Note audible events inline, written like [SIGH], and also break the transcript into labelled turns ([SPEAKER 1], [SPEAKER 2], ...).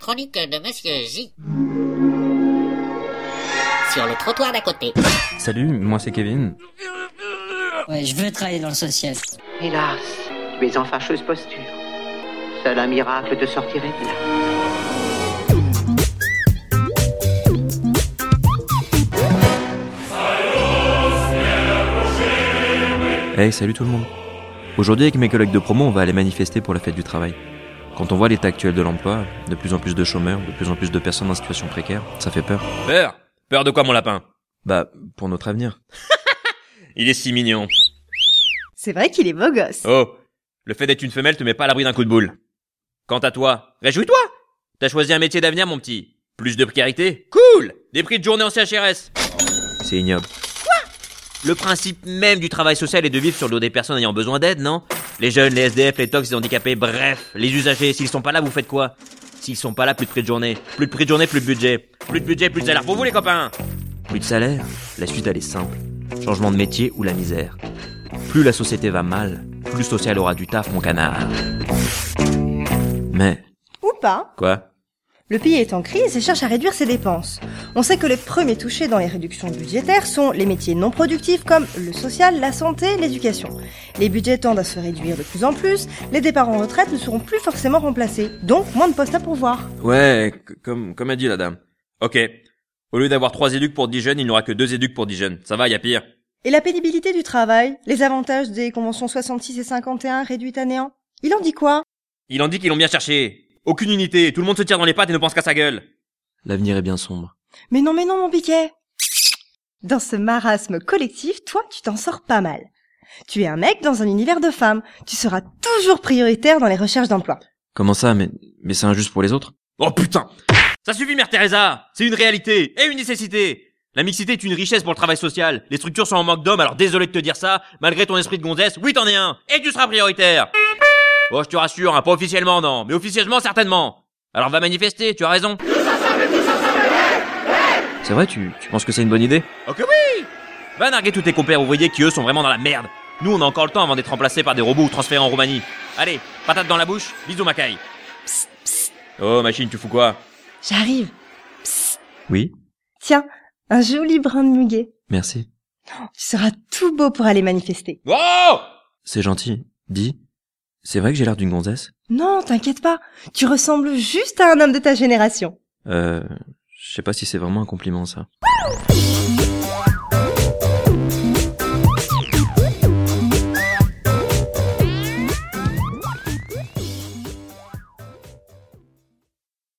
[SPEAKER 1] chronique de Monsieur J. Sur le trottoir d'à côté.
[SPEAKER 2] Salut, moi c'est Kevin.
[SPEAKER 3] Ouais, je veux travailler dans le social.
[SPEAKER 4] Hélas, tu es en fâcheuse posture. Seul un miracle te sortirait de là.
[SPEAKER 2] Hey, salut tout le monde. Aujourd'hui, avec mes collègues de promo, on va aller manifester pour la fête du travail. Quand on voit l'état actuel de l'emploi, de plus en plus de chômeurs, de plus en plus de personnes en situation précaire, ça fait peur.
[SPEAKER 5] Peur Peur de quoi, mon lapin
[SPEAKER 2] Bah, pour notre avenir.
[SPEAKER 5] [LAUGHS] Il est si mignon.
[SPEAKER 6] C'est vrai qu'il est beau gosse.
[SPEAKER 5] Oh Le fait d'être une femelle te met pas à l'abri d'un coup de boule. Quant à toi, réjouis-toi T'as choisi un métier d'avenir, mon petit. Plus de précarité Cool Des prix de journée en CHRS
[SPEAKER 2] C'est ignoble.
[SPEAKER 5] Le principe même du travail social est de vivre sur le dos des personnes ayant besoin d'aide, non Les jeunes, les SDF, les tox, les handicapés, bref, les usagers, s'ils sont pas là, vous faites quoi S'ils sont pas là, plus de prix de journée. Plus de prix de journée, plus de budget. Plus de budget, plus de salaire pour vous, les copains
[SPEAKER 2] Plus de salaire La suite, elle est simple. Changement de métier ou la misère. Plus la société va mal, plus social aura du taf, mon canard. Mais,
[SPEAKER 6] Ou pas.
[SPEAKER 2] quoi
[SPEAKER 6] Le pays est en crise et cherche à réduire ses dépenses. On sait que les premiers touchés dans les réductions budgétaires sont les métiers non productifs comme le social, la santé, l'éducation. Les budgets tendent à se réduire de plus en plus, les départs en retraite ne seront plus forcément remplacés, donc moins de postes à pourvoir.
[SPEAKER 2] Ouais, c- comme, comme a dit la dame.
[SPEAKER 5] Ok. Au lieu d'avoir trois éducs pour 10 jeunes, il n'y aura que deux éducs pour 10 jeunes. Ça va, y a pire.
[SPEAKER 6] Et la pénibilité du travail, les avantages des conventions 66 et 51 réduites à néant, il en dit quoi
[SPEAKER 5] Il en dit qu'ils l'ont bien cherché. Aucune unité, tout le monde se tire dans les pattes et ne pense qu'à sa gueule.
[SPEAKER 2] L'avenir est bien sombre.
[SPEAKER 6] Mais non, mais non, mon piquet Dans ce marasme collectif, toi, tu t'en sors pas mal. Tu es un mec dans un univers de femmes. Tu seras toujours prioritaire dans les recherches d'emploi.
[SPEAKER 2] Comment ça, mais, mais c'est injuste pour les autres
[SPEAKER 5] Oh putain Ça suffit, Mère Teresa C'est une réalité et une nécessité La mixité est une richesse pour le travail social. Les structures sont en manque d'hommes, alors désolé de te dire ça. Malgré ton esprit de gonzesse, oui t'en es un Et tu seras prioritaire Oh, je te rassure, hein, pas officiellement, non, mais officieusement, certainement Alors va manifester, tu as raison
[SPEAKER 2] C'est vrai, tu, tu penses que c'est une bonne idée
[SPEAKER 5] Ok oui Va narguer tous tes compères ouvriers qui eux sont vraiment dans la merde Nous on a encore le temps avant d'être remplacés par des robots ou transférés en Roumanie. Allez, patate dans la bouche, bisous Macaille
[SPEAKER 6] Psst, psst,
[SPEAKER 5] Oh machine, tu fous quoi
[SPEAKER 6] j'arrive. Psst.
[SPEAKER 2] Oui,
[SPEAKER 6] Tiens, un joli brin de muguet.
[SPEAKER 2] merci.
[SPEAKER 6] Tu seras tout beau pour aller manifester.
[SPEAKER 5] Oh
[SPEAKER 2] C'est gentil. Dis, c'est vrai que j'ai l'air d'une gonzesse
[SPEAKER 6] Non, t'inquiète pas. Tu ressembles juste à un homme de ta génération.
[SPEAKER 2] Euh, je sais pas si c'est vraiment un compliment ça.